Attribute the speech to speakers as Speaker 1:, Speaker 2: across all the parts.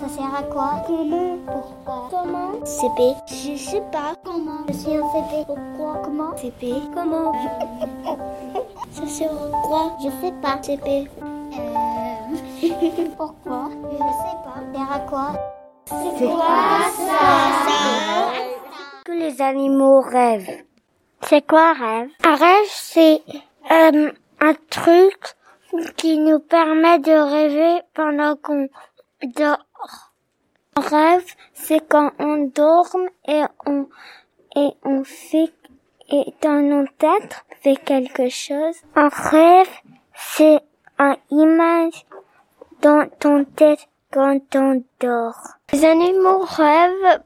Speaker 1: Ça sert à quoi Comment Pourquoi Comment CP Je sais pas. Comment Je suis un CP. Pourquoi Comment CP Comment Ça sert à quoi Je sais pas. CP. Euh... Pourquoi Je sais pas. Ça sert à quoi C'est quoi ça Tous les animaux rêvent. C'est quoi un rêve Un rêve, c'est euh, un truc qui nous permet de rêver pendant qu'on dort. Un rêve, c'est quand on dort et on et on fait et dans nos têtes on fait quelque chose. Un rêve, c'est une image dans ton tête quand on dort. Les animaux rêvent,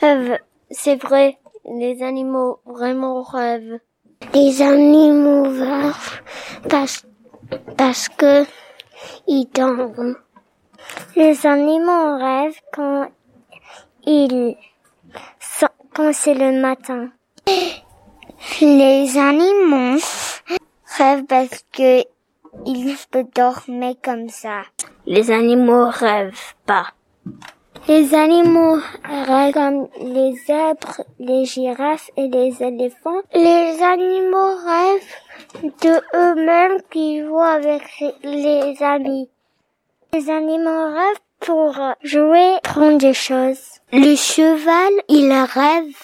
Speaker 1: rêvent. c'est vrai. Les animaux vraiment rêvent. Les animaux rêvent parce, parce que ils dorment. Les animaux rêvent quand ils sont- quand c'est le matin. Les animaux rêvent parce que ils peuvent dormir comme ça. Les animaux rêvent pas. Les animaux rêvent comme les zèbres, les girafes et les éléphants. Les animaux rêvent de eux-mêmes qu'ils jouent avec les amis. Les animaux rêvent pour jouer, prendre des choses. Le cheval, il rêve,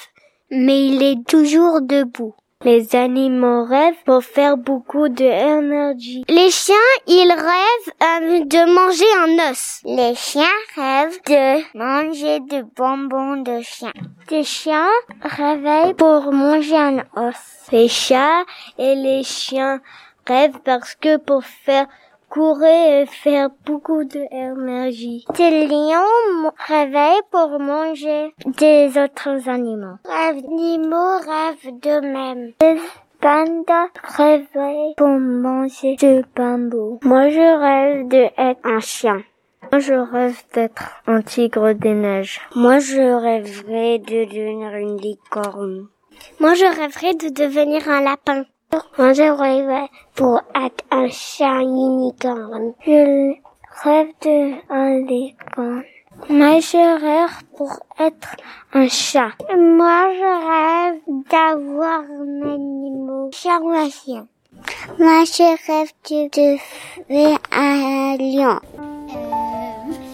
Speaker 1: mais il est toujours debout. Les animaux rêvent pour faire beaucoup d'énergie. Les chiens, ils rêvent euh, de manger un os. Les chiens rêvent de manger des bonbons de chien. Les chiens réveillent pour manger un os. Les chats et les chiens rêvent parce que pour faire courir et faire beaucoup d'énergie. Des lions mo- réveillent pour manger des autres animaux. Les animaux rêvent d'eux-mêmes. Les pandas réveillent pour manger du bambou. Moi, je rêve d'être un chien. Moi, je rêve d'être un tigre des neiges. Moi, je rêverais de devenir une licorne. Moi, je rêverais de devenir un lapin. Moi, je rêverais pour être un chat unicorne. Je rêve de un licorne. Moi, je rêve pour être un chat. Moi, je rêve d'avoir un animal. Chat ou un chien. Moi, je rêve de devenir un lion.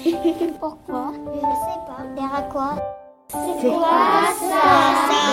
Speaker 1: Euh, Pourquoi Je sais pas. Vers à quoi C'est quoi ça